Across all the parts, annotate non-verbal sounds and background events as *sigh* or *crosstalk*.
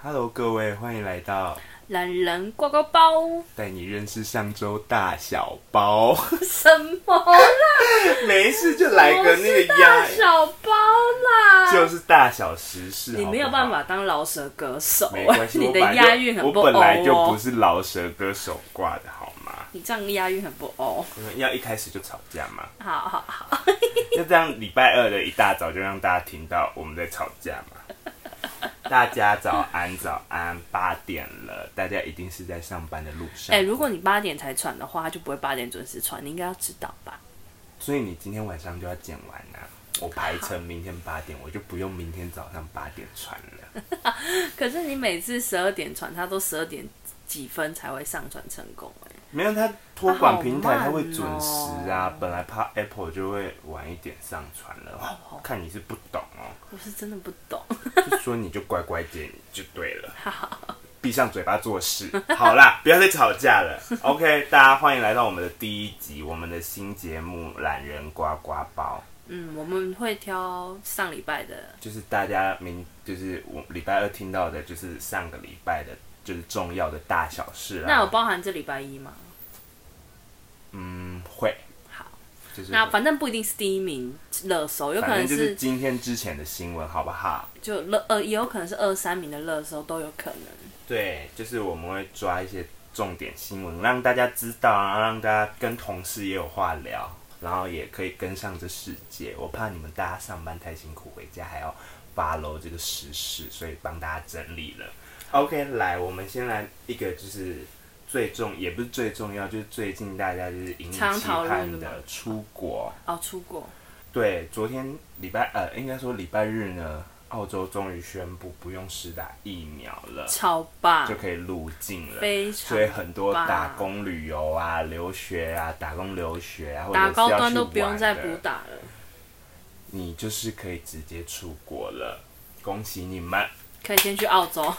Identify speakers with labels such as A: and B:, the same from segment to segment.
A: Hello，各位，欢迎来到
B: 懒人挂钩包，
A: 带你认识上周大小包。 *laughs*
B: 什么啦？
A: 没事就 *laughs* 来个那个
B: 我是大
A: 呀，
B: *laughs* 小包啦。
A: 就是大小时事。好
B: 你
A: 不好
B: 没有办，法当饶舌歌手
A: 没关，系，
B: *laughs* 你
A: 我
B: 的
A: 本来就
B: 押韵很不
A: 我
B: 欧
A: 本来就不
B: 哦。
A: 是饶舌歌手挂的好吗？
B: 你这样押韵很不欧。
A: 我们要一开始就吵架吗？
B: 好好好，
A: *laughs* 就这样，礼拜二的一大早就让大家听到我们在吵架嘛。
B: *laughs*
A: 大家早安，早安，八点了，大家一定是在上班的路上。
B: 哎、如果你八点才传的话，他就不会八点准时传，你应该要知道吧？ *laughs*
A: 所以你今天晚上就要剪完啦、我排成明天八点，我就不用明天早上八点传了。
B: 可是你每次十二点传，他都十二点几分才会上传成功、哎，
A: 没有，它托管平台
B: 它好慢
A: 它
B: 哦
A: 会准时啊，本来怕 Apple 就会晚一点上传了。哦看你是不懂哦，
B: 我是真的不懂。
A: 就说你就乖乖点就对了。闭上嘴巴做事。好啦， *laughs* 不要再吵架了。OK，大家欢迎来到我们的第一集，我们的新节目《懒人呱呱包》，
B: 嗯，我们会挑上礼拜的，
A: 就是大家明就是我礼拜二听到的，就是上个礼拜的，就是重要的大小事啦。
B: 那有包含这礼拜一吗？
A: 嗯会
B: 好，
A: 就是
B: 那反正不一定是第一名热搜，有可
A: 反
B: 能
A: 正就是是今天之前的新闻，好不好？
B: 就热呃，也有可能是二三名的热搜都有可能。
A: 对，就是我们会抓一些重点新闻，让大家知道啊，让大家跟同事也有话聊，然后也可以跟上这世界。我怕你们大家上班太辛苦，回家还要 follow 这个时事，所以帮大家整理了。OK，来，我们先来一个就是。最重也不是最重要，就是最近大家就是引起
B: 常讨论
A: 盼
B: 的吗
A: 的出国，
B: 哦，出国
A: 对，昨天礼拜呃，应该说礼拜日呢，澳洲终于宣布不用施打疫苗了，
B: 超棒
A: 就，可以入境了。
B: 非常
A: 所以很多
B: 棒
A: 打工旅游啊、留学啊、打工留学啊，或者
B: 打
A: 是要
B: 高
A: 去
B: 端都不用
A: 玩
B: 再
A: 的
B: 补打了，
A: 你就是可以直接出国了，恭喜你们！
B: 可以先去澳洲。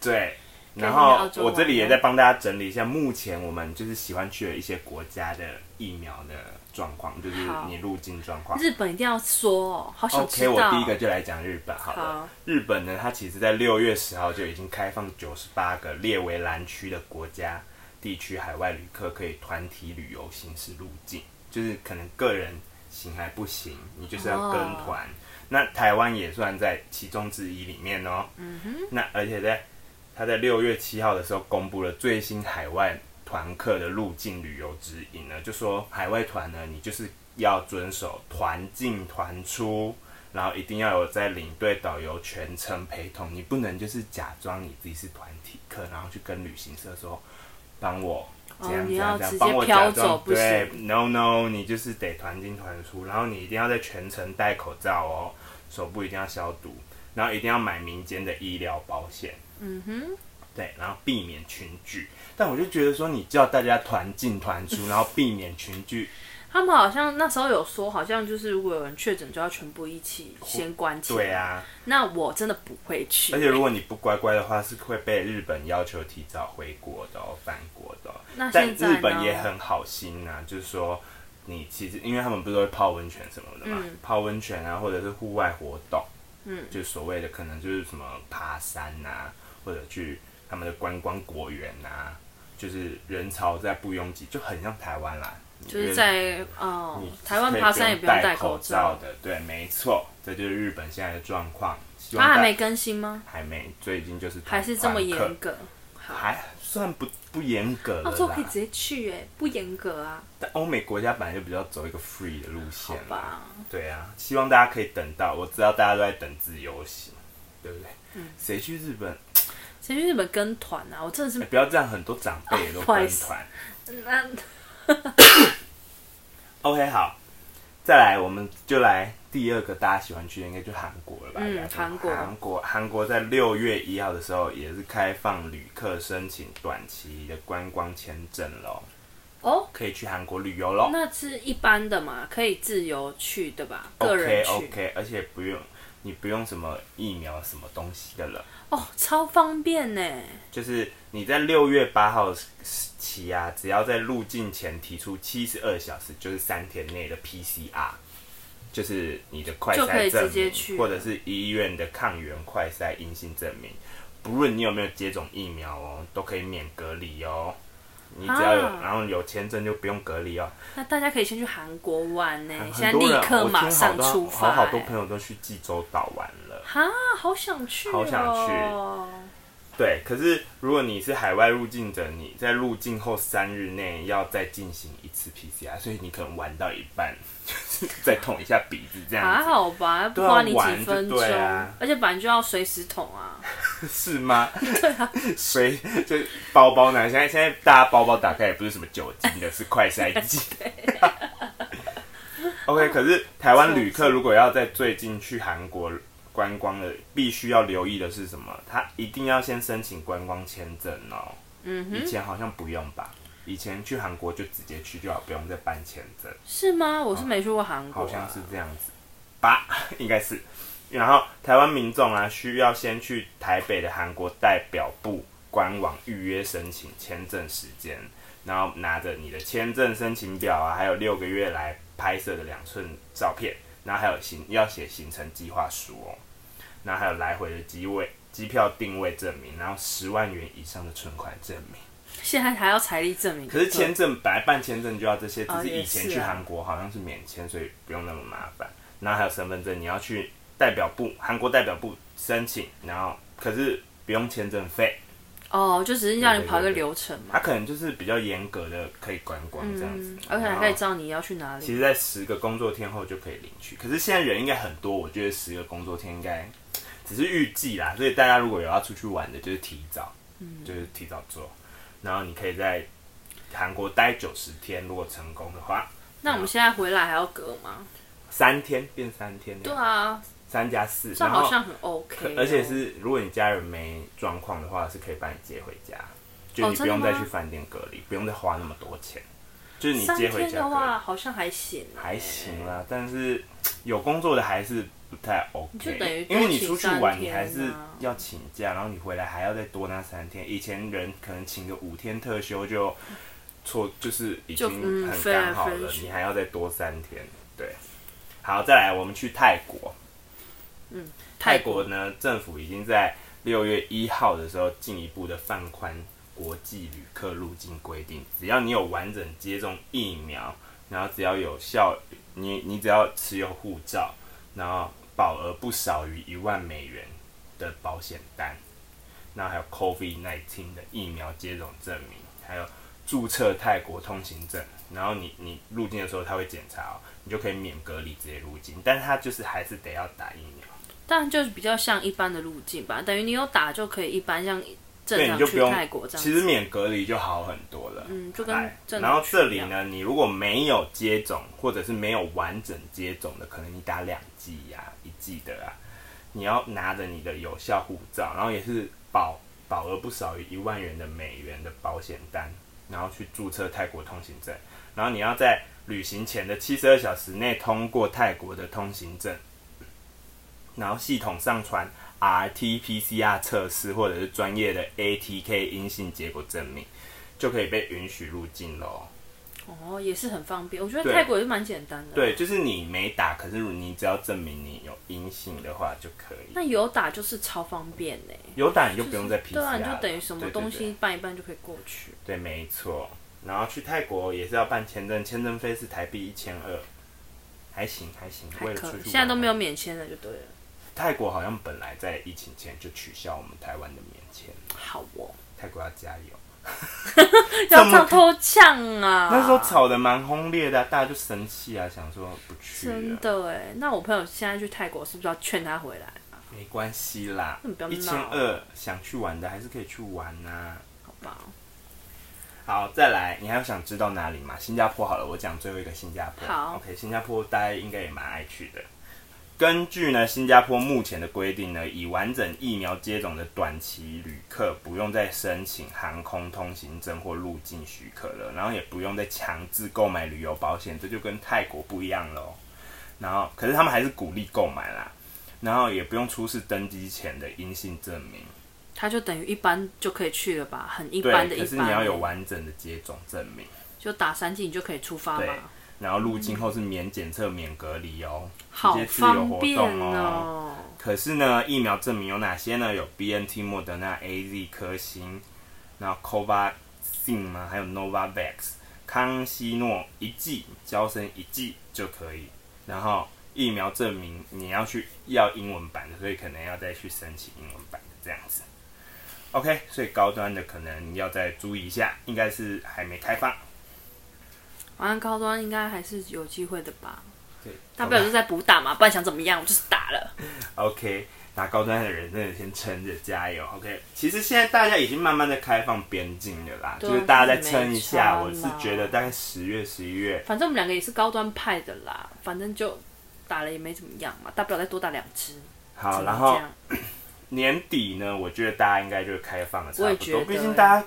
A: 对，
B: 以
A: 然
B: 去澳
A: 后
B: 洲
A: 我这里
B: 玩
A: 也
B: 哦
A: 在帮大家整理一下，目前我们就是喜欢去的一些国家的疫苗的状况，就是
B: 好
A: 你入境状况。
B: 日本一定要说哦，好想知
A: OK，
B: 道。
A: 我第一个就来讲日本好了。
B: 好
A: 日本呢，它其实在六月十号就已经开放九十八个列为蓝区的国家地区海外旅客可以团体旅游形式入境，就是可能个人行还不行，你就是要跟团。那台湾也算在其中之一里面哦。嗯哼。那而且在它在六月七号的时候公布了最新海外团客的入境旅游指引呢，就说海外团呢，你就是要遵守团进团出，然后一定要有在领队导游全程陪同，你不能就是假装你自己是团体客，然后去跟旅行社说帮我。怎样
B: 哦
A: 怎
B: 你
A: 样
B: 要
A: 怎
B: 直
A: 样，
B: 接
A: 帮我假
B: 飘走
A: 装
B: 不
A: 对，no no，你就是得团进团出，然后你一定要在全程戴口罩哦，手部一定要消毒，然后一定要买民间的医疗保险，
B: 嗯哼，
A: 对，然后避免群聚。但我就觉得说，你叫大家团进团出，然后避免群聚，
B: 他们好像那时候有说，好像就是如果有人确诊，就要全部一起先关起来。
A: 对，啊。
B: 那我真的不会去。
A: 而且如果你不乖乖的话，是会被日本要求提早回国的、哦、返国的、哦。
B: 那
A: 但
B: 现在
A: 日
B: 呢
A: 本也很好心啊，就是说，你其实因为他们不是都会泡温泉什么的嘛，
B: 嗯
A: 泡温泉啊，或者是户外活动，
B: 嗯，
A: 就所谓的可能就是什么爬山啊，或者去他们的观光果园啊，就是人潮在不拥挤，就很像台湾啦，
B: 就是
A: 人
B: 在哦
A: 你，
B: 台湾爬山也
A: 可以不
B: 不用
A: 戴
B: 戴
A: 口
B: 口
A: 罩，的，对，没错，这就是日本现在的状况。希望
B: 他还
A: 大
B: 没更新吗？
A: 还没，最近就是
B: 还是这么严
A: 团客，
B: 格？好，
A: 还算不不严格了
B: 澳洲可以
A: 啦
B: 直。接去哎，不严格啊。
A: 但欧美国家本来就比较走一个 free 的路线
B: 好
A: 啦
B: 吧，
A: 对啊，希望大家可以等到，我知道大家都在等自由行，对不对？
B: 嗯
A: 谁去日本？
B: 谁去日本跟团啊？我真的是
A: 哎不要这样，很多长辈也都
B: 哦不好
A: 跟
B: 意思
A: 团。
B: 那
A: OK，好，再来，我们就来第二个大家喜欢去的，应该就韩国了吧？
B: 嗯
A: 亚洲
B: 韩国
A: 韩国，韩国在六月一号的时候也是开放旅客申请短期的观光签证喽，
B: 哦，
A: 可以去韩国旅游喽。
B: 那是一般的嘛，可以自由去的吧，个
A: OK
B: 人去
A: OK，而且不用你不用什么疫苗什么东西的了，
B: 哦，超方便呢。
A: 就是你在六月八号起啊，只要在入境前提出七十二小时，就是三天内的 PCR，就是你的快
B: 就可
A: 筛
B: 以
A: 证
B: 直接
A: 明，
B: 去
A: 或者是医院的抗原快筛阴性证明，不论你有没有接种疫苗哦，都可以免隔离哦。你只要有，
B: 啊
A: 然后有签证就不用隔离哦。
B: 那大家可以先去韩国玩呢、现在
A: 很
B: 立
A: 多人，啊
B: 刻
A: 我
B: 马
A: 听好
B: 上
A: 多
B: 出发、
A: 好好多
B: 哎
A: 朋友都去济州岛玩了。
B: 哈，好想去、哦，
A: 好想去对，可是如果你是海外入境者，你在入境后三日内要再进行一次 PCR，所以你可能玩到一半，就是再捅一下鼻子这样
B: 还
A: 子，
B: 好吧，不
A: 对啊
B: 花你
A: 玩
B: 几
A: 就
B: 分钟，
A: 对啊
B: 而且本来就要随时捅啊。
A: *laughs* 是吗？对啊，谁就包包呢？现在现在大家包包打开也不是什么酒精的，是快筛剂。OK，可是台湾旅客如果要在最近去韩国观光的，必须要留意的是什么？他一定要先申请观光签证哦。
B: 嗯
A: 以
B: 哼，
A: 前好像不用吧？以前去韩国就直接去就好，不用再办签证，*laughs*
B: 是吗？我是没去过韩国、啊，
A: 好像是这样子吧？ *laughs* 应该是。然后台湾民众啊，需要先去台北的韩国代表部官网预约申请签证时间，然后拿着你的签证申请表啊，还有六个月来拍摄的两寸照片，然后还有行要写行程计划书哦，然后还有来回的机位机票定位证明，然后十万元以上的存款证明。
B: 现在还要财力证明。
A: 可是签证本来办签证就要这些，只
B: 哦
A: 是
B: 也
A: 以前
B: 是
A: 去
B: 啊
A: 韩国好像是免签，所以不用那么麻烦。然后还有身份证，你要去代表部韩国代表部申请，然后可是不用签证费，
B: 哦，就只是让你跑一个
A: 对对对对
B: 流程嘛
A: 它。可能就是比较严格的可以观光这样子
B: 嗯，，而且还
A: 然
B: 可以
A: 后
B: 知道你要去哪
A: 其
B: 里。
A: 实，在十个工作天后就可以领取。可是现在人应该很多，我觉得十个工作天应该只是预计啦，所以大家如果有要出去玩的，就是提早，
B: 嗯
A: 就是提早做，然后你可以在韩国待九十天，如果成功的话。
B: 那我们现在回来还要隔吗？
A: 三天变三天，
B: 对，啊，
A: 三加四，
B: 这
A: 然
B: 样好
A: 后
B: 像很 OK 哦、
A: 而且是如果你家人没状况的话，是可以把你接回家，就
B: 哦
A: 你
B: 真的
A: 不用再
B: 吗
A: 去饭店隔离，不用再花那么多钱，就是你
B: 三
A: 接回
B: 天
A: 家
B: 的
A: 隔离
B: 话，好像还行、欸。
A: 还行啦，但是有工作的还是不太 OK，
B: 就等于多
A: 因为你出去玩
B: 请三
A: 你
B: 天
A: 还是
B: 啊
A: 要请假，然后你回来还要再多那三天，以前人可能请个五天特休就错，就是已
B: 就
A: 经
B: 嗯
A: 很
B: 飞来
A: 刚好
B: 飞
A: 了，
B: 去
A: 你还要再多三天，对。好，再来我们去泰国，泰国呢，政府已经在六月一号的时候进一步的放宽国际旅客入境规定，只要你有完整接种疫苗，然后只要有效，你你只要持有护照，然后保额不少于一万美元的保险单，然后还有 COVID 1 9的疫苗接种证明，还有注册泰国通行证，然后你你入境的时候他会检查哦，你就可以免隔离直接入境，但是他就是还是得要打疫苗。
B: 但就是比较像一般的路径吧，等于你有打就可以一般像正
A: 对，你
B: 常
A: 就不
B: 去
A: 用
B: 泰国这样
A: 其
B: 子。
A: 实免隔离就好很多了。
B: 嗯就跟
A: 哎
B: 正
A: 然后
B: 常去
A: 这里
B: 一样
A: 呢，你如果没有接种，或者是没有完整接种的，可能你打两剂呀、一剂的啊，你要拿着你的有效护照，然后也是保保额不少于一万元的美元的保险单，然后去注册泰国通行证，然后你要在旅行前的七十二小时内通过泰国的通行证，然后系统上传 RT-PCR 测试或者是专业的 ATK 阴性结果证明，就可以被允许入境喽。
B: 哦，也是很方便。我觉得
A: 对
B: 泰国也是蛮简单的。
A: 对，，就是你没打，可是你只要证明你有阴性的话就可以。
B: 那有打就是超方便呢、
A: 有打你就不用再 PCR，
B: 对啊，你就
A: 了
B: 等于什么
A: 对对对
B: 东西拌一拌就可以过去。
A: 对，没错。然后去泰国也是要办签证，签证费是台币一千二，还行还行。为
B: 还
A: 了出
B: 可
A: 去
B: 以，
A: 玩
B: 现在都没有免签了，就对了。
A: 泰国好像本来在疫情前就取消我们台湾的免签，
B: 好哦，
A: 泰国要加油。
B: 要
A: 怎么
B: 唱偷呛啊！
A: 那时候吵得蛮轰烈的啊，大家就生气啊，想说不去
B: 真
A: 了，
B: 的哎，那我朋友现在去泰国，是不是要劝他回来啊？
A: 没关系啦
B: 那你不要，闹
A: 一千二想去玩的还是可以去玩啊呐、
B: 好吧，
A: 好，再来，你还有想知道哪里吗？新加坡好了，我讲最后一个新加坡。
B: 好
A: ，OK，新加坡大家应该也蛮爱去的。根据呢新加坡目前的规定呢，已完整疫苗接种的短期旅客不用再申请航空通行证或入境许可了，然后也不用再强制购买旅游保险，这就跟泰国不一样喽。然后，可是他们还是鼓励购买啦，然后也不用出示登机前的阴性证明。
B: 他就等于一般就可以去了吧，很一
A: 对
B: 般，的一
A: 可
B: 般。欸
A: 是你要有完整的接种证明。
B: 就打三剂你就可以出发
A: 对
B: 嘛，
A: 然后入境后是免检测、免隔离哦，直
B: 嗯好
A: 接自由
B: 方
A: 活
B: 便
A: 动哦。
B: 哦。
A: 可是呢，疫苗证明有哪些呢？有 B N T、莫德纳、A Z 科兴，然后 Covaxin 吗？还有 Novavax、康熙诺一剂，交生一剂就可以。然后疫苗证明你要去要英文版的，所以可能要再去申请英文版的这样子。OK，所以高端的可能要再注意一下，应该是还没开放。
B: 好像高端应该还是有机会的吧？
A: 对，
B: 大不了就再补打嘛，不然想怎么样？我就是打了。
A: OK，打高端的人真的先撑着，加油。OK，其实现在大家已经慢慢在开放边境了啦，
B: 对
A: 就是大家再撑一下。我
B: 没
A: 是
B: 差啦
A: 觉得大概十月、十一月，
B: 反正我们两个也是高端派的啦，反正就打了也没怎么样嘛，大不了再多打两支。
A: 好，
B: 只能
A: 然
B: 这
A: 后
B: 样
A: 年底呢，我觉得大家应该就开放了差
B: 我
A: 不
B: 也觉
A: 多，
B: 得
A: 毕竟大家。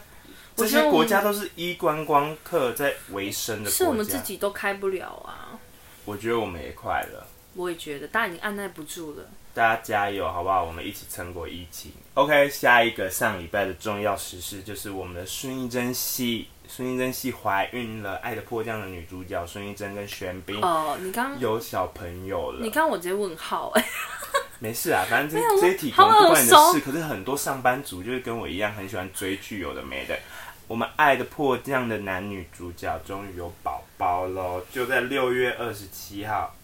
B: 我
A: 这
B: 觉得
A: 些
B: 我们
A: 国家都是依观光客在为生的国家，
B: 是我们自。己都开不了啊，
A: 我觉得我们也快了，
B: 我也觉得，大家已经按耐不住了。
A: 大家加油好不好？我们一起撑过疫情。OK，下一个上礼拜的重要实事就是我们的孙艺珍系，孙艺珍系怀孕了，《爱的迫降》的女主角孙艺珍跟玄彬
B: 哦、你刚
A: 有小朋友
B: 你
A: 了。
B: 刚我直接问号、哎，
A: 没事啊，反正
B: 没有
A: 这这一题可能不关你的
B: 好耳
A: 事。可是很多上班族就是跟我一样很喜欢追剧，有的没的。我们《爱的迫降》的男女主角终于有宝宝喽，就在六月二十七号。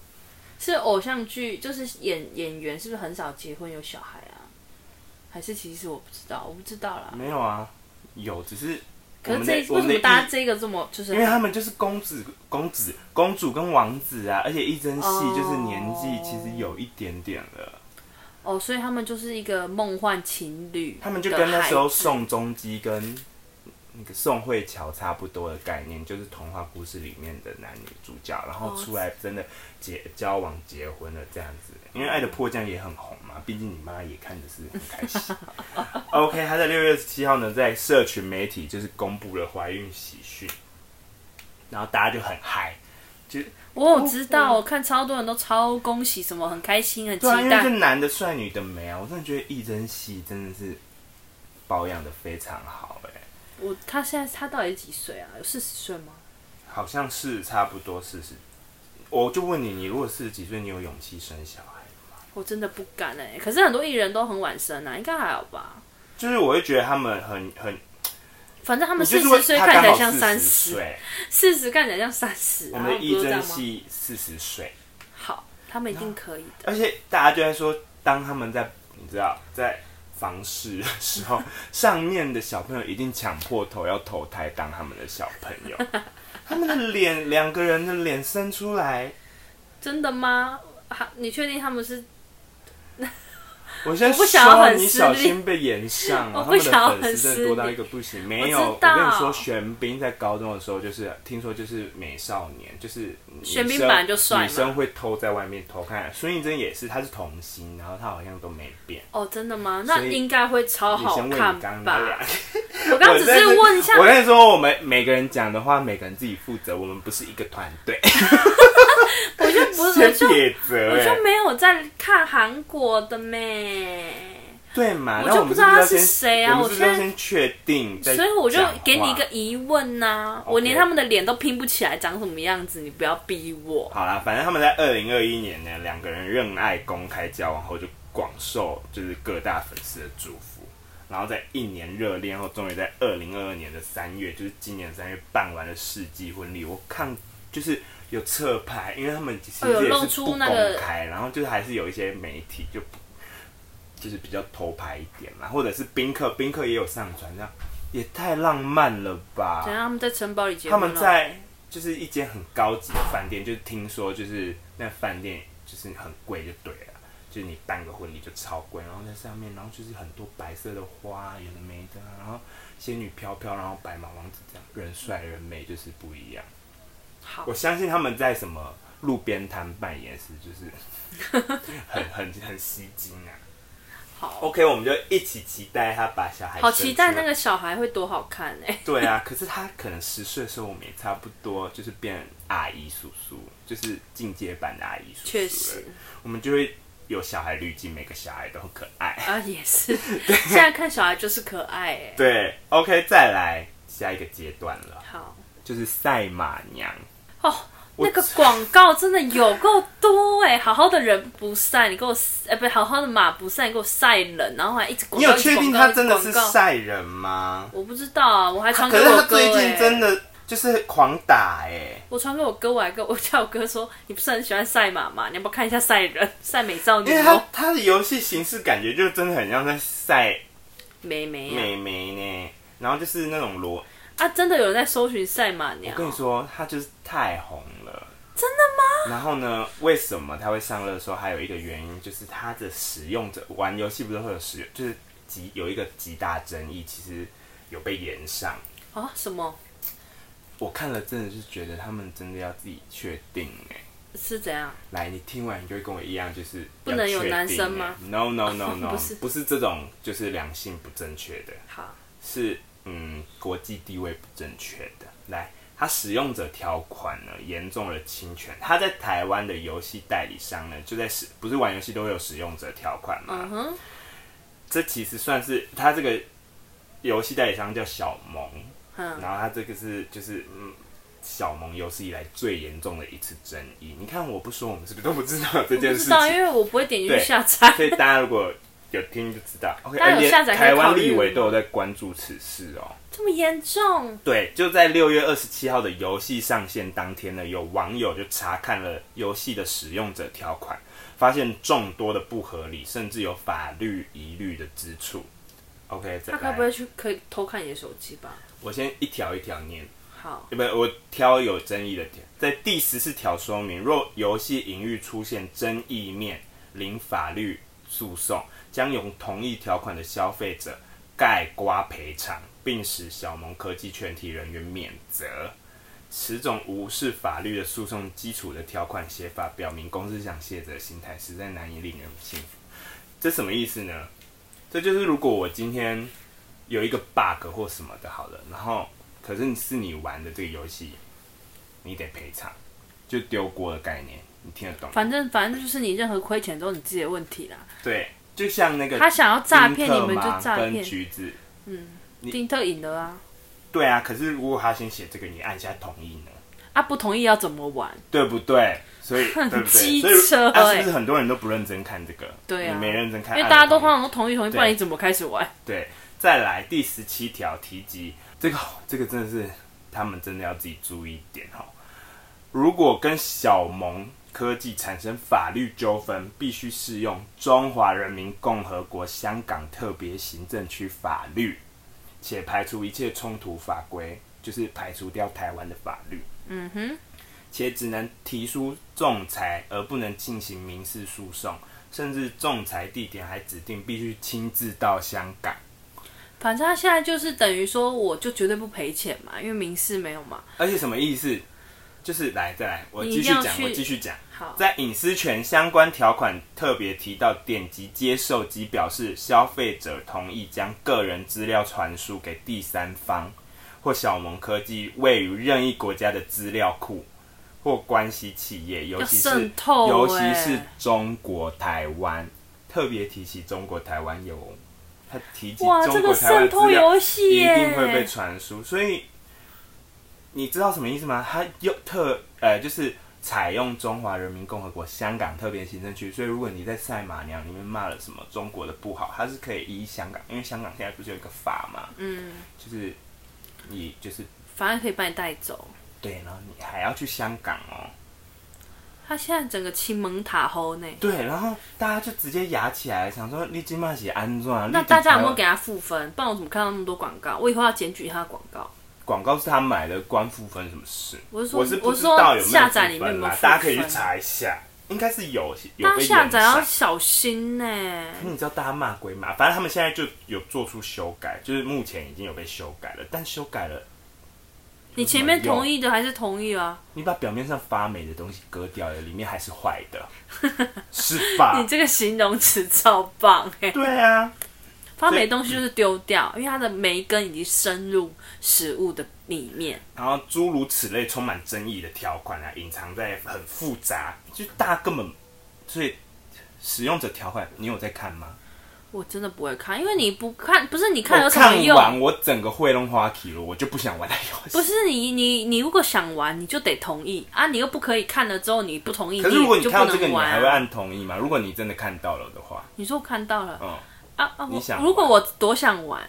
B: 是偶像剧，就是演演员是不是很少结婚有小孩啊？还是其实我不知道，我不知道啦。
A: 没有啊，有只是我
B: 可
A: 们
B: 是
A: 的
B: 这
A: 我
B: 为
A: 们
B: 什
A: 的
B: 么大
A: 意
B: 家这个这么就是
A: 因为他们就是公子、公子、公主跟王子啊，而且一真戏就是年纪
B: 哦
A: 其实有一点点了，
B: 哦，所以他们就是一个梦幻情侣的孩子，
A: 他们就跟那时候宋仲基跟那个宋慧乔差不多的概念，就是童话故事里面的男女主角，然后
B: 哦
A: 出来真的结交往、结婚了这样子。因为《爱的迫降》也很红嘛，毕竟你妈也看的是很开
B: *laughs*
A: 心。OK，她在六月七号呢，在社群媒体就是公布了怀孕喜讯，然后大家就很嗨。
B: 我有知道，我看超多人都超恭喜，什么很开心，很期
A: 哦对啊，因为
B: 待
A: 是。男的帅，女的美啊！我真的觉得易真戏真的是保养的非常好、哎，
B: 我他现在他到底几岁啊？有四十岁吗？
A: 好像是差不多四十。我就问你，你如果四十几岁，你有勇气生小孩吗？
B: 我真的不敢哎、可是很多艺人都很晚生啊，应该还好吧？
A: 就是我会觉得他们很很，
B: 反正他
A: 你
B: 们
A: 就
B: 四
A: 是会
B: 十岁
A: 他
B: 看
A: 刚
B: 起来
A: 好
B: 像
A: 四
B: 三
A: 十
B: 十，
A: 岁，
B: 四十看起来像三十、啊。
A: 我们的
B: 不都
A: 易
B: 这样
A: 真
B: 吗
A: 戏四十岁，
B: 好，他们一定可以的。
A: 而且大家就在说，当他们在你知道在房事的时候，上面的小朋友一定抢破头要投胎当他们的小朋友，他们的脸两个人的脸伸出来，
B: 真的吗？啊你确定他们是？
A: 我先
B: 我不想要
A: 说
B: 很
A: 你
B: 私
A: 小
B: 利
A: 心被延上、啊，
B: 我不想要
A: 他们的粉丝
B: 很
A: 真的多到
B: 私利
A: 一个不行。没有，
B: 我
A: 我
B: 知道
A: 跟你说，玄彬在高中的时候就是听说就是美少年，就是女
B: 玄彬
A: 生
B: 本来就帅嘛
A: 女生会偷在外面偷看。孙艺珍也是，她是童星，然后她好像都没变。
B: 哦，真的吗？
A: 所
B: 那
A: 以
B: 应该会超
A: 你
B: 好
A: 先问
B: 看
A: 你刚刚
B: 吧
A: 那？两
B: 我刚刚只是问一下
A: 我跟你说，我们每个人讲的话，每个人自己负责，我们不是一个团队。
B: 我就
A: *laughs*
B: 不是，我
A: 先
B: 就
A: 撇责、
B: 我
A: 欸
B: 就，没有在看韩国的咩，
A: 对嘛？
B: 我
A: 那
B: 就
A: 我们
B: 不
A: 是
B: 知道
A: 不是要
B: 他是
A: 先
B: 谁啊
A: 我
B: 我
A: 们是不是要
B: 现在
A: 先确定再
B: 所
A: 讲话？
B: 以我就给你一个疑问呐、
A: OK
B: 我连他们的脸都拼不起来长什么样子，你不要逼我。
A: 好啦，反正他们在二零二一年呢，两个人认爱公开交往后，就广受就是各大粉丝的祝福。然后在一年热恋后，终于在二零二二年的三月，就是今年三月办完了世纪婚礼。我看就是有侧拍，因为他们其实
B: 哦有
A: 也
B: 露
A: 是
B: 出
A: 不公
B: 那个
A: 开，然后就是还是有一些媒体就不就是比较偷拍一点嘛，或者是宾客，宾客也有上传，这样也太浪漫了吧？
B: 等一下他们在城堡里结
A: 他
B: 婚了，
A: 们在就是一间很高级的饭店，就是听说就是那饭店就是很贵就对了，就是你办个婚礼就超贵，然后在上面，然后就是很多白色的花，有的没的，然后仙女飘飘，然后白马王子这样，人帅人美就是不一样。
B: 好
A: 我相信他们在什么路边摊扮演是就是
B: *laughs*
A: 很很很吸睛啊。
B: 好
A: OK，我们就一起期待他把小孩
B: 好
A: 生
B: 期待
A: 出来
B: 那个小孩会多好看哎、
A: 对啊， *laughs* 可是他可能十岁的时候，我们也差不多就是变阿姨叔叔，就是进阶版的阿姨叔叔。
B: 确实，
A: 我们就会有小孩滤镜，每个小孩都很可爱。
B: 啊
A: *laughs*
B: 也是，现在看小孩就是可爱哎、
A: 对，OK，再来下一个阶段了，
B: 好
A: 就是赛马娘。
B: 哦，
A: 我
B: 那个广告真的有够多哎、好好的人不晒，你给我哎、不，好好的马不晒，你给我晒人，然后还一直广
A: 你
B: 告。
A: 有确定他真的
B: 一
A: 是
B: 直广告？
A: 晒人吗？
B: 我不知道啊，我还传给
A: 可是他
B: 我哥、
A: 最
B: 欸、
A: 近真的就是狂打哎、
B: 我传给我哥，我还跟我 *laughs* 叫我哥说，你不是很喜欢赛马吗？你要不要看一下
A: *laughs*
B: 赛人、赛美少女
A: 因为他
B: 哦、
A: 他的游戏形式感觉就真的很像在晒
B: 美眉啊
A: 美眉呢，然后就是那种裸，
B: 啊，真的有人在搜寻赛马娘
A: 我跟你
B: 哦？
A: 说，他就是太红了。
B: 真的
A: 然后呢？为什么他会上热搜？还有一个原因就是他的使用者玩游戏不是会有使，就是极有一个极大争议，其实有被延上。
B: 吗？啊，什么
A: 我看了真的是觉得他们真的要自己确定哎、
B: 是怎样？
A: 来，你听完你就会跟我一样，就是
B: 不能有
A: 要确定
B: 男生吗
A: 欸？No No No No，
B: 不
A: *laughs*
B: 是
A: 不是这种，就是良性不正确的，
B: 好，
A: 是嗯国际地位不正确的。来，它使用者条款呢严重了侵权，它在台湾的游戏代理商呢就在使不是玩游戏都会有使用者条款嘛？
B: 嗯哼，
A: 这其实算是它这个游戏代理商叫小萌，
B: 嗯，
A: 然后他这个是就是嗯，小盟有史以来最严重的一次争议。你看，我不说，我们是不是都不知道这件
B: 我不
A: 事
B: 知
A: 情
B: 道，？因为我不会点进去
A: 对
B: 下载。
A: 所以大家如果有听就知道。OK，
B: 大家有
A: 而且
B: 下载可以
A: 台湾
B: 考虑
A: 立委
B: 吗
A: 都有在关注此事哦。
B: 这么严重？
A: 对，就在六月二十七号的游戏上线当天呢，有网友就查看了游戏的使用者条款，发现众多的不合理，甚至有法律疑虑的之处。OK，再
B: 他该不
A: 来，
B: 会去可以偷看你的手机吧？
A: 我先一条一条念。
B: 好，
A: 不，我挑有争议的点，在第十四条说明，若游戏营运出现争议面，零法律诉讼，将由同意条款的消费者盖瓜赔偿，并使小盟科技全体人员免责。此种无视法律的诉讼基础的条款写法，表明公司想卸责的心态，实在难以令人信服。这什么意思呢？这就是如果我今天有一个 bug 或什么的，好了，然后可是是你玩的这个游戏，你得赔偿，就丢锅的概念，你听得懂吗？
B: 反正反正就是你任何亏钱都是你自己的问题啦。
A: 对，就像那个
B: 他想要诈骗
A: 丁克
B: 你们就
A: 嘛
B: 诈骗
A: 跟橘子，你
B: 丁特赢了啊！
A: 对啊。可是如果他先写这个，你按下同意呢，
B: 啊，不同意要怎么玩？
A: 对不对？所以
B: 很
A: 对不
B: *laughs* 机
A: 对？所以
B: 车
A: 啊
B: 欸
A: 是不是很多人都不认真看这个？
B: 对啊
A: 你没认真看，
B: 因为
A: 按
B: 大家
A: 了
B: 都
A: 同意
B: 通常都同意同意，不然你怎么开始玩？
A: 对，再来第十七条提及这个，这个真的是他们真的要自己注意一点哈。如果跟小盟科技产生法律纠纷，必须适用《中华人民共和国香港特别行政区法律》，且排除一切冲突法规，就是排除掉台湾的法律。
B: 嗯哼，
A: 且只能提出仲裁，而不能进行民事诉讼，甚至仲裁地点还指定必须亲自到香港。
B: 反正他现在就是等于说，我就绝对不赔钱嘛，因为民事没有嘛。
A: 而且什么意思？就是来再来，我
B: 你
A: 继
B: 一
A: 续
B: 定要
A: 讲，
B: 去
A: 我继续讲。
B: 好，
A: 在隐私权相关条款特别提到，点击接受及表示消费者同意将个人资料传输给第三方或小盟科技位于任意国家的资料库或关系企业，尤
B: 要
A: 其是、
B: 渗透
A: 尤
B: 欸
A: 其是中国台湾，特别提起中国台湾有他提及
B: 哇，这
A: 中国
B: 个
A: 台湾
B: 渗
A: 的资
B: 透
A: 料
B: 游戏
A: 一
B: 耶，
A: 定会被传输。所以你知道什么意思吗？它又特呃，就是采用中华人民共和国香港特别行政区，所以如果你在赛马娘里面骂了什么中国的不好，它是可以依香港，因为香港现在不是有一个法嘛，
B: 嗯，
A: 就是你就是
B: 反正可以把你带走。
A: 对，然后你还要去香港哦，
B: 他现在整个亲蒙塔后呢，
A: 对，然后大家就直接压起来，想说你今嘛是安装啊？
B: 那
A: 你
B: 大家有
A: 台
B: 没有
A: 湾
B: 给他负分？不然我怎么看到那么多广告？我以后要检举他的广告。
A: 广告是他买的，关付分什么事？
B: 我是说
A: 是不
B: 我
A: 知
B: 是说
A: 道有没有
B: 下载里
A: 付
B: 面有没有
A: 分啦
B: 付
A: 大家可以去
B: 分
A: 查一下，应该是有有
B: 大家
A: 被
B: 下
A: 下
B: 载啊要小心呢、
A: *laughs* 你知道大家骂归骂，反正他们现在就有做出修改，就是目前已经有被修改了，但修改了，
B: 你前面同意的还是同意啊？
A: 你把表面上发霉的东西割掉了，里面还是坏
B: *laughs*
A: 的，是吧
B: 你？这个形容词超棒哎、
A: 啊对啊，
B: 发霉的东西就是丢掉，因为它的霉根已经深入食物的里面。
A: 然后诸如此类充满争议的条款啊，隐藏在很复杂，就大家根本所以使用者条款，你有在看吗？
B: 我真的不会看，因为你不看，不是你看有
A: 我
B: 什么
A: 看
B: 用？
A: 完我整个会弄花旗了，我就不想玩那游戏。
B: 不是你你你如果想玩，你就得同意啊，你又不可以看了之后你不同意，
A: 可是如果你
B: 就
A: 看
B: 不
A: 到这个，
B: 能
A: 你
B: 玩啊、
A: 还会按同意吗？如果你真的看到了的话，
B: 你说我看到了
A: 嗯，
B: 啊啊！
A: 你
B: 我
A: 想
B: 如果我多想玩，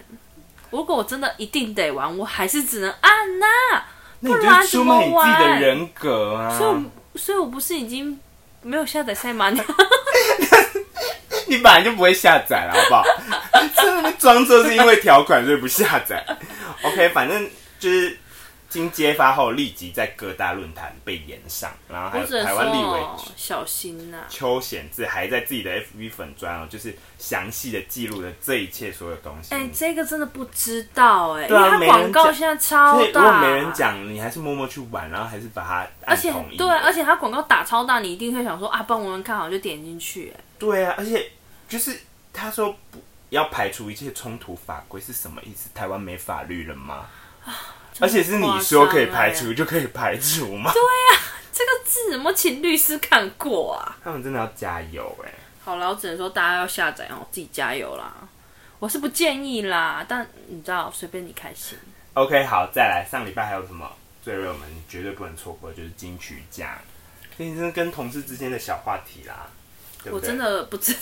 B: 如果我真的一定得玩，我还是只能按啊呐、
A: 那你
B: 不然啊
A: 就出
B: 怎么
A: 卖你自己的
B: 玩
A: 人格啊！
B: 所以我所以我不是已经没有下载赛马娘？
A: *laughs* 你本来就不会下载了，好 *laughs* 不好？真的装作是因为条款所以不下载。OK，反正就是经揭发后立即在各大论坛被延上，然后还
B: 我
A: 有
B: 只能
A: 台湾立委嗯
B: 说小啊心呐、
A: 邱显志还在自己的 FB 粉砖哦，就是详细的记录了这一切所有东西。
B: 哎、这个真的不知道哎、
A: 对啊
B: 因为它广告现在超
A: 所以如果
B: 大，
A: 没人讲，你还是默默去玩，然后还是把它
B: 啊而
A: 按
B: 且
A: 同意。
B: 对，而且它广告打超大，你一定会想说啊，帮我们看好就点进去、哎，
A: 对啊，而且就是他说不要排除一切冲突法规是什么意思？台湾没法律了吗？而且是你说可以
B: 欸
A: 排除就可以排除吗？
B: 这个字有没有请律师看过啊？
A: 他们真的要加油哎、
B: 好了，我只能说大家要下载哦，自己加油啦。我是不建议啦，但你知道，随便你开心。
A: OK，好，再来。上礼拜还有什么最热门、绝对不能错过的就是金曲奖，这真是跟同事之间的小话题啦，对不
B: 我
A: 对？
B: 真的不知道，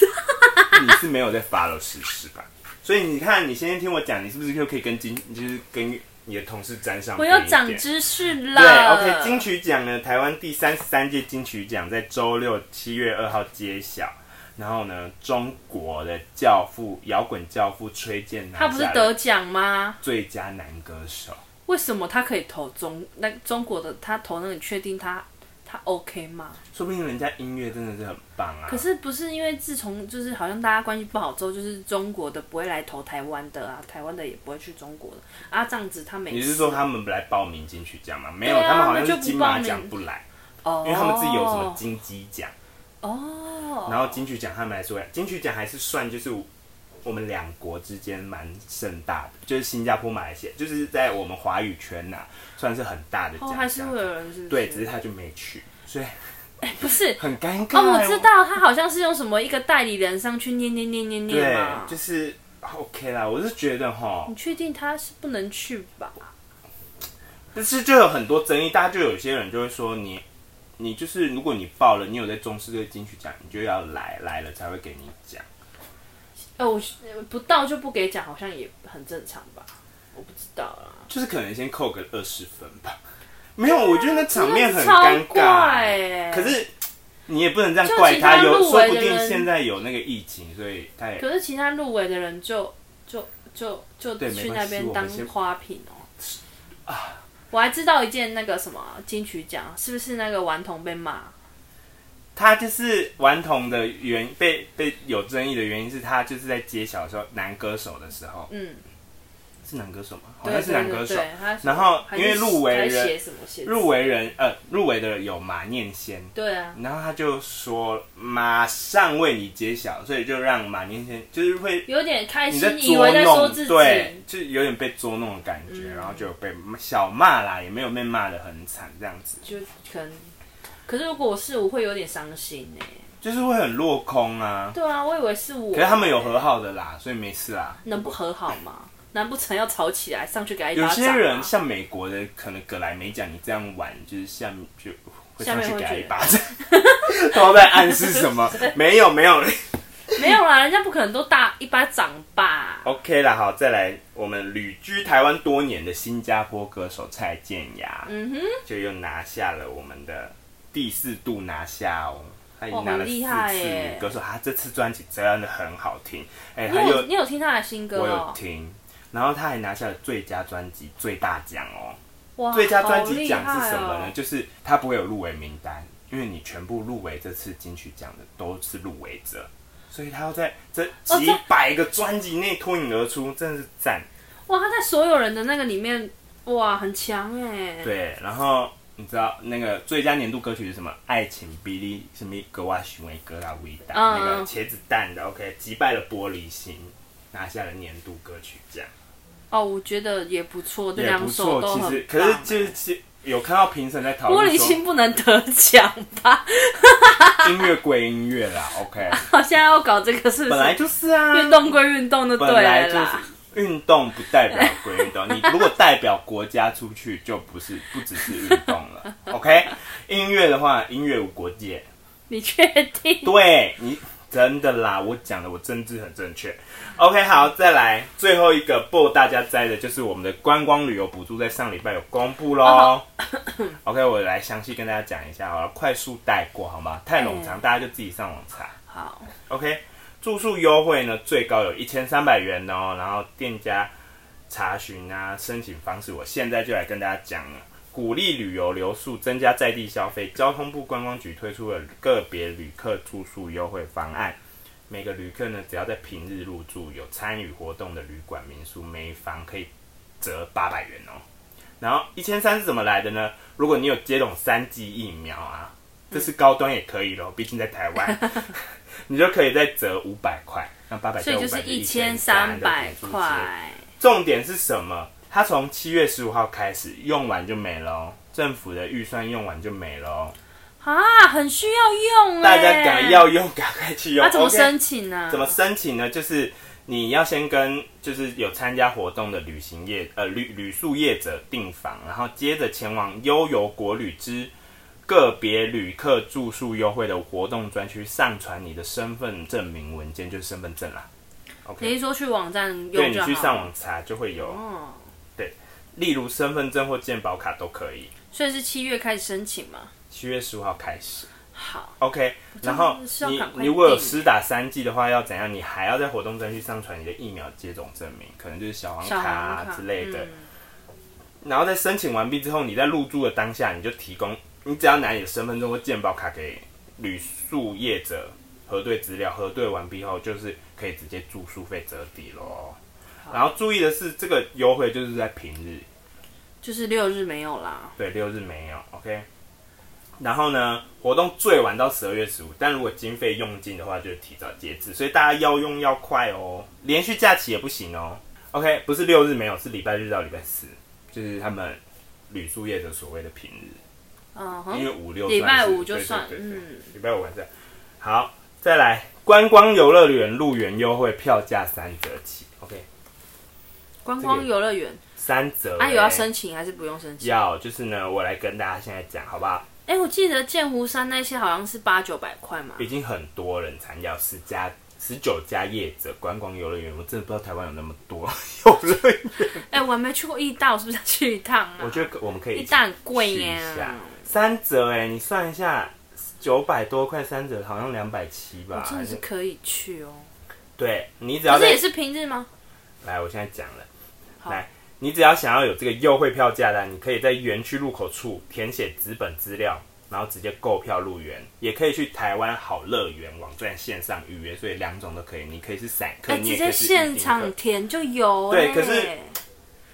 A: 你是没有在 follow 事实吧？所以你看，你先听我讲，你是不是就可以跟金，就是跟你的同事沾上
B: 我
A: 边一
B: 又
A: 点
B: 长知识
A: 对
B: 啦。
A: ，OK，金曲奖呢，台湾第三十三届金曲奖在周六七月二号揭晓。然后呢，中国的教父，摇滚教父崔健拿
B: 他不是
A: 下了
B: 得奖吗？
A: 最佳男歌手，
B: 为什么他可以投中那中国的？他投那个，你确定他他 OK 吗？
A: 说不定人家音乐真的是很棒啊。
B: 可是不是因为自从就是好像大家关系不好之后，就是中国的不会来投台湾的啊，台湾的也不会去中国的啊，这样子他每次
A: 你是说他们来报名金曲奖吗？没有，
B: 对啊
A: 他们好像
B: 那
A: 是
B: 就不
A: 金马
B: 报
A: 奖
B: 名
A: 不来，
B: 哦，
A: 因为他们自己有什么金鸡奖，
B: 哦，
A: 然后金曲奖他们来说，金曲奖还是算就是我们两国之间蛮盛大的，就是新加坡、马来西亚，就是在我们华语圈呐、算是很大的奖
B: 哦还是
A: 项。
B: 会有人是不是
A: 对，只是他就没去，所以
B: 不是
A: 很尴尬。
B: 哦，我知。道，他好像是用什么一个代理人上去念念念念念
A: 对
B: 嘛。，
A: 就是 OK 啦，我是觉得哈
B: 你，确定他是不能去吧？
A: 但是就有很多争议，大家就有些人就会说你。你就是，如果你报了，你有在重视这个金曲奖，你就要来，来了才会给你奖。
B: 呃，我不到就不给奖，好像也很正常吧？我不知道啊啦。
A: 就是可能先扣个二十分吧。没有，我觉得那场面很
B: 真的嗯超
A: 尴尬、
B: 怪欸
A: 可是你也不能这样
B: 就
A: 怪
B: 其他
A: 有，
B: 入
A: 说
B: 围
A: 不
B: 的
A: 定
B: 人
A: 现在有那个疫情，所以他也
B: 可是其他入围的人就就就就
A: 对没
B: 去
A: 关
B: 那
A: 系
B: 边
A: 我
B: 当
A: 们先啊
B: 花瓶哦、我还知道一件那个什么金曲奖，是不是那个顽童被骂？
A: 他就是顽童的原被被有争议的原因是他就是在揭晓的时候男歌手的时候
B: 嗯，
A: 是男歌手吗？好像哦
B: 对对
A: 是男歌手。
B: 对对，他
A: 然后
B: 还
A: 因
B: 是
A: 为入围
B: 还
A: 人
B: 写什么写字
A: 入围人呃入围的有马念先，
B: 对啊，
A: 然后他就说马上为你揭晓，所以就让马念先就是会
B: 有点开
A: 你在
B: 心，以
A: 捉
B: 为在说
A: 弄，
B: 自己。
A: 对，就是有点被捉弄的感觉，
B: 嗯
A: 然后就有被小骂啦，也没有被骂的很惨，这样子
B: 就可能，可是如果我是我会有点伤心呢、
A: 就是会很落空啊。
B: 对啊，我以为是我。
A: 可是他们有和好的啦，所以没事啊啦。
B: 能不和好吗？难不成要吵起来上去给他一巴
A: 有
B: 掌、啊
A: 些人像美国的，可能葛莱美奖，你这样玩，就是下面就会上去给他一巴掌， *laughs* 都在暗示什
B: *laughs*
A: 么？没有没有
B: 没有啦，人家不可能都大一巴掌吧？
A: ，OK 啦，好，再来，我们旅居台湾多年的新加坡歌手蔡健雅，
B: 嗯哼，
A: 就又拿下了我们的第四度拿下哦。他已
B: 哇
A: 经拿了
B: 很
A: 四
B: 厉害
A: 次
B: 耶
A: 女歌手，他这次专辑真的很好听，哎、
B: 你
A: 还
B: 有
A: 有
B: 你有听他的新歌
A: 我有
B: 哦、
A: 听，然后他还拿下了最佳专辑最大奖哦。
B: 哇，
A: 最佳专辑奖
B: 好
A: 是
B: 厉害
A: 什么呢？
B: 哦
A: 就是他不会有入围名单，因为你全部入围这次金曲奖的都是入围者，所以他要在这
B: 哦
A: 几
B: 这
A: 百个专辑内脱颖而出，真的是赞。
B: 哇，他在所有人的那个里面，哇，很强哎、
A: 对，然后你知道那个最佳年度歌曲是什么？《爱情比利》什么格瓦许维格拉维达，
B: 嗯
A: 那个
B: 嗯
A: 茄子蛋的 OK，击败了玻璃心，拿下了年度歌曲奖，
B: 哦，我觉得也不错，这
A: 也
B: 两
A: 不错。
B: 首都
A: 其
B: 很
A: 实
B: 棒。
A: 可是就是其有看到评审在讨
B: 玻
A: 论
B: 璃
A: 说
B: 心不能得奖吧？
A: 音乐归音乐啦 *laughs* ，OK，
B: 好，现在要搞这个是不
A: 本来
B: 是？
A: 就是啊，
B: 运动归运动就
A: *laughs*
B: 对
A: 本来
B: 了
A: 就
B: 啦。
A: 是运动不代表归运动，你 *laughs* 如果代表国家出去，就不是不只是运动了，OK？音乐的话，音乐无国界，
B: 你确定？
A: 对你真的啦，我讲的我政治很正确。OK，好，再来最后一个不大家摘的就是我们的观光旅游补助，在上礼拜有公布
B: 哦
A: 喽。OK，我来详细跟大家讲一下好了，快速带过好吗？太冗
B: 嗯
A: 长，大家就自己上网查。
B: 好，
A: OK，住宿优惠呢最高有一千三百元哦，然后店家查询啊申请方式，我现在就来跟大家讲了。鼓励旅游留宿，增加在地消费。交通部观光局推出了个别旅客住宿优惠方案，每个旅客呢只要在平日入住有参与活动的旅馆民宿，每房可以折八百元哦。然后一千三是怎么来的呢？如果你有接种三剂疫苗
B: 嗯
A: 啊，这是高端也可以咯，毕竟在台湾。
B: *laughs*
A: 你就可以再折五百块，那八百
B: 所以就是一千三百。块。
A: 重点是什么？它从七月十五号开始用完就没了哦，政府的预算用完就没了哦。
B: 啊，很需要用
A: 大家
B: 哎、
A: 赶要用，赶快去用。
B: 那、怎么
A: OK
B: 申请呢、
A: 怎么申请呢？就是你要先跟就是有参加活动的旅行业呃旅旅宿业者订房，然后接着前往悠游国旅之个别旅客住宿优惠的活动专区上传你的身份证明文件，就是身份证啦。
B: 你
A: OK，
B: 是说去网站用就好
A: 对你去上网查就会有，
B: 哦，
A: 例如身份证或健保卡都可以。
B: 所以是七月开始申请嘛？
A: 七月十五号开始。
B: 好，
A: OK，然后
B: 真的是要
A: 你
B: 赶快
A: 你如果有
B: 订
A: 施打三剂的话，要怎样？你还要在活动专区上传你的疫苗接种证明，可能就是小黄
B: 小
A: 卡
B: 黄
A: 啊
B: 卡
A: 之类的。
B: 嗯
A: 然后在申请完毕之后，你在入住的当下，你就提供，你只要拿你的身份证或健保卡给旅宿业者核对资料，核对完毕后就是可以直接住宿费折抵咯。然后注意的是，这个优惠就是在平日，
B: 就是六日没有啦。
A: 对，六日没有，OK。然后呢，活动最晚到十二月十五，但如果经费用尽的话，就提早截止，所以大家要用要快哦，连续假期也不行哦。OK，不是六日没有，是礼拜日到礼拜四，就是他们旅宿业者所谓的平日，
B: 嗯
A: 因为
B: 哼，
A: 五六
B: 礼
A: 算是
B: 拜五就算
A: 对对对对
B: 嗯
A: 礼拜五晚上。好，再来观光游乐园入园优惠票价三折起，OK，
B: 观光游乐园，
A: 三折、
B: 啊，有要
A: 欸
B: 申请还是不用申请？
A: 要就是呢，我来跟大家现在讲好不好？
B: 哎、我记得剑湖山那些好像是八九百块嘛。
A: 已经很多人参加十家、十九家业者观光游乐园，我真的不知道台湾有那么多 *laughs* 游乐园。
B: 哎、我还没去过义大，我是不是要去一趟啊？
A: 我觉得我们可以
B: 义
A: 一起
B: 大很贵
A: 去
B: 耶
A: 一。下三折哎、你算一下，九百多块三折，好像两百七吧
B: 我。哦真的嗯是
A: 还是
B: 可以去哦，
A: 对你只要
B: 可是
A: 在
B: 也是平日吗？
A: 来，我现在讲了，
B: 好
A: 来，你只要想要有这个优惠票价单，你可以在园区入口处填写纸本资料，然后直接购票入园，也可以去台湾好乐园网站线上预约，所以两种都可以。你可以是散客，
B: 哎、
A: 你
B: 直
A: 也可
B: 接
A: 以是预定
B: 现
A: 客
B: 场填就有、哎
A: 对可是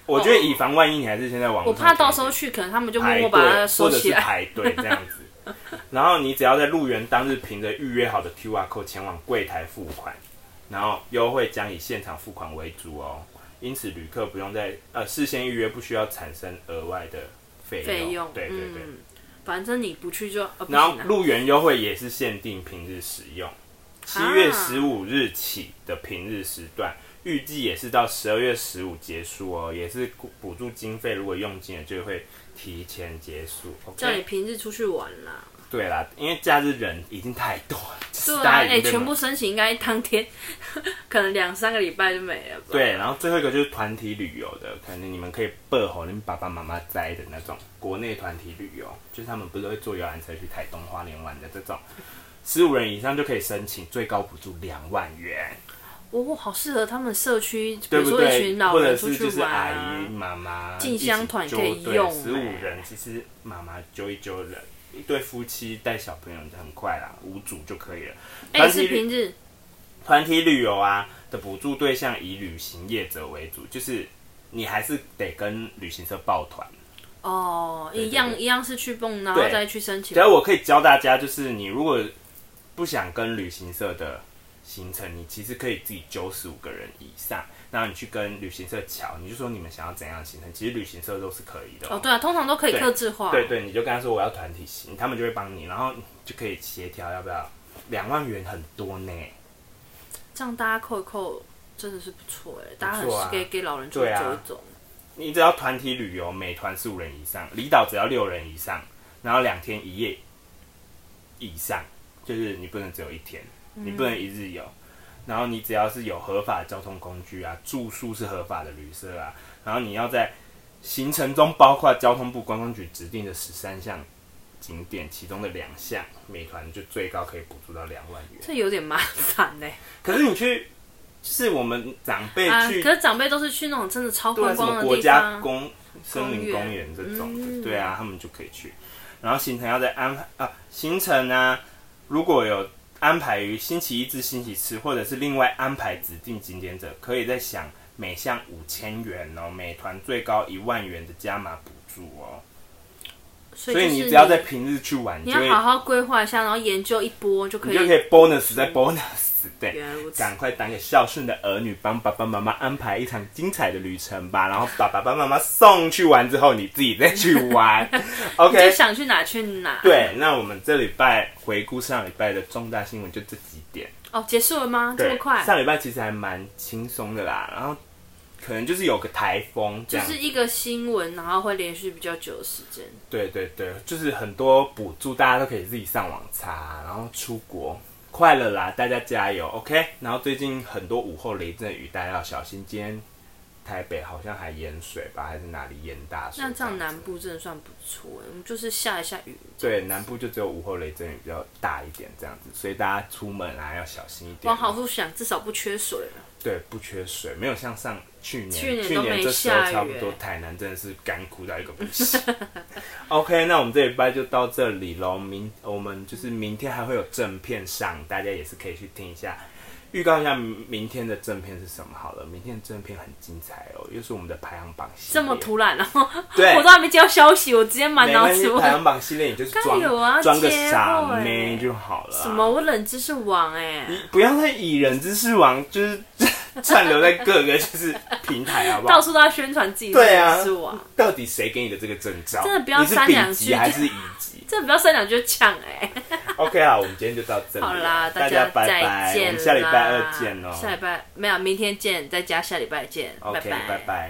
A: 我觉得以防万一，你还是先在网
B: 我
A: 络上
B: 怕到时候
A: 填写
B: 去，可能他们就默
A: 排
B: 默
A: 队，
B: 把它
A: 或
B: 收
A: 者
B: 起
A: 是
B: 来。
A: 排队这样子。然后你只要在入园当日凭着预约好的 QR code 前往柜台付款，然后优惠将以现场付款为主哦。因此，旅客不用在呃事先预约，不需要产生额外的费用。
B: 费用，
A: 对对对。
B: 嗯，反正你不去就呃、不
A: 然后
B: 行啊
A: 入园优惠也是限定平日使用，七
B: 啊
A: 月十五日起的平日时段，预计也是到十二月十五结束哦，也是补助经费如果用尽了就会提前结束。
B: 叫你
A: OK，
B: 平日出去玩啦。
A: 对啦，因为假日人已经太多了，就是
B: 对啊，
A: 大家
B: 哎、
A: 已经被
B: 全
A: 忙
B: 部申请应该当天， *laughs* 可能两三个礼拜就没了吧。
A: 对，然后最后一个就是团体旅游的，可能你们可以背吼你们爸爸妈妈摘的那种国内团体旅游，就是他们不是会坐游览车去台东花莲玩的这种，十五人以上就可以申请，最高补助两万元，
B: 哦，好适合他们社区，比
A: 对不
B: 如说一
A: 对
B: 群？老
A: 或者
B: 人出
A: 是
B: 去
A: 就是
B: 玩、
A: 阿
B: 啊
A: 姨、，妈妈
B: 进香团可以用
A: 十五
B: 欸
A: 人，其实妈妈揪一揪人，一对夫妻带小朋友很快啦，五组就可以了。
B: 哎、
A: 团体
B: 是
A: 旅
B: 平日
A: 团体旅游啊的补助对象以旅行业者为主，就是你还是得跟旅行社抱团。
B: 哦，
A: 对对
B: 一样
A: 对
B: 一样是去蹦，然后
A: 对
B: 再去申请
A: 只。要我可以教大家，就是你如果不想跟旅行社的行程，你其实可以自己揪十五个人以上，然后你去跟旅行社瞧，你就说你们想要怎样的行程，其实旅行社都是可以的
B: 哦，对啊，通常都可以
A: 对
B: 克制化。
A: 对对，你就跟他说我要团体行，他们就会帮你，然后就可以协调要不要。两万元很多呢，
B: 这样大家扣一扣真的是不错哎，大家
A: 不错啊
B: 很给给老人出去
A: 对啊
B: 走一走。
A: 你只要团体旅游，每团十五人以上，离岛只要六人以上，然后两天一夜以上，就是你不能只有一天，你不能一日游。然后你只要是有合法的交通工具啊，住宿是合法的旅社啊，然后你要在行程中包括交通部观光局指定的十三项景点，其中的两项，每团就最高可以补助到两万元。
B: 这有点麻烦呢、
A: 可是你去，就是我们长辈
B: 啊！
A: 去
B: 可是长辈都是去那种真的超
A: 对啊，
B: 观
A: 什么
B: 光的
A: 国
B: 地
A: 家
B: 方，
A: 公森林公园这种的，
B: 嗯
A: 对啊，他们就可以去。然后行程要在安排啊，行程呢、如果有安排于星期一至星期四，或者是另外安排指定景点者，可以再享每项五千元哦，每团最高一万元的加码补助哦。
B: 所
A: 所以
B: 就是
A: 你只要在平日去玩，
B: 你
A: 就
B: 要好
A: 会
B: 好规划一下，然后研究一波就可
A: 你
B: 以。嗯
A: 就可以 bonus 再
B: *laughs*
A: bonus，对。
B: 原来如此，
A: 赶快当个孝顺的儿女，帮爸爸妈妈安排一场精彩的旅程吧。然后把爸爸妈妈送去玩之后，你自己再去
B: *laughs*
A: 玩。
B: 你就
A: OK，
B: 想去哪去哪。，
A: 对，那我们这礼拜回顾上礼拜的重大新闻就这几点。
B: 哦，结束了吗？这么快？
A: 上礼拜其实还蛮轻松的啦，然后可能就是有个台风这
B: 就
A: 样。
B: 是一个新闻，然后会连续比较久的时间。
A: 对对对，就是很多补助大家都可以自己上网查，然后出国。快乐啦，大家加油，OK。然后最近很多午后雷阵雨，大家要小心。今天台北好像还淹水吧，还是哪里淹大水？
B: 那这样南
A: 子
B: 部真的算不错耶，我们就是下一下雨。
A: 对南部就只有午后雷阵雨比较大一点这样子，所以大家出门啊要小心一点。
B: 往好处想，至少不缺水了。
A: 对，不缺水，没有像上去年，
B: 去年都没
A: 这时候
B: 下雨
A: 差不多
B: 欸，
A: 台南真的是干枯到一个不行。OK，那我们这礼拜就到这里喽。明我们就是明天还会有正片上，大家也是可以去听一下。预告一下明明天的正片是什么好了，明天的正片很精彩哦，又是我们的排行榜系列。
B: 这么突然，然后
A: 对
B: *laughs* 我都还没接到消息，我直接满
A: 没
B: 脑
A: 关系
B: 子，
A: 排
B: 问
A: 行榜系列你就是
B: *laughs* 刚有啊
A: 装装个
B: 接
A: 傻
B: 货欸
A: 妹就好了啊、
B: 什么我冷知识王哎、
A: 你不要再以人之事王，就是 *laughs* 串流在各个就是平台好不好？
B: 到处都要宣传自己是
A: 对啊
B: 冷知识王，
A: 到底谁给你的这个证照？
B: 真的不要三两
A: 你是
B: 句
A: 丙级还是乙级 *laughs*
B: 这不要三两就呛哎、
A: ？OK 啊，我们今天就到这里了。
B: 好啦，
A: 大
B: 家
A: 拜
B: 再
A: 拜，我
B: 见
A: 们
B: 啦
A: 下礼拜二见哦。
B: 下礼拜没有，明天见，在家下礼拜见
A: OK，
B: 拜
A: 拜拜。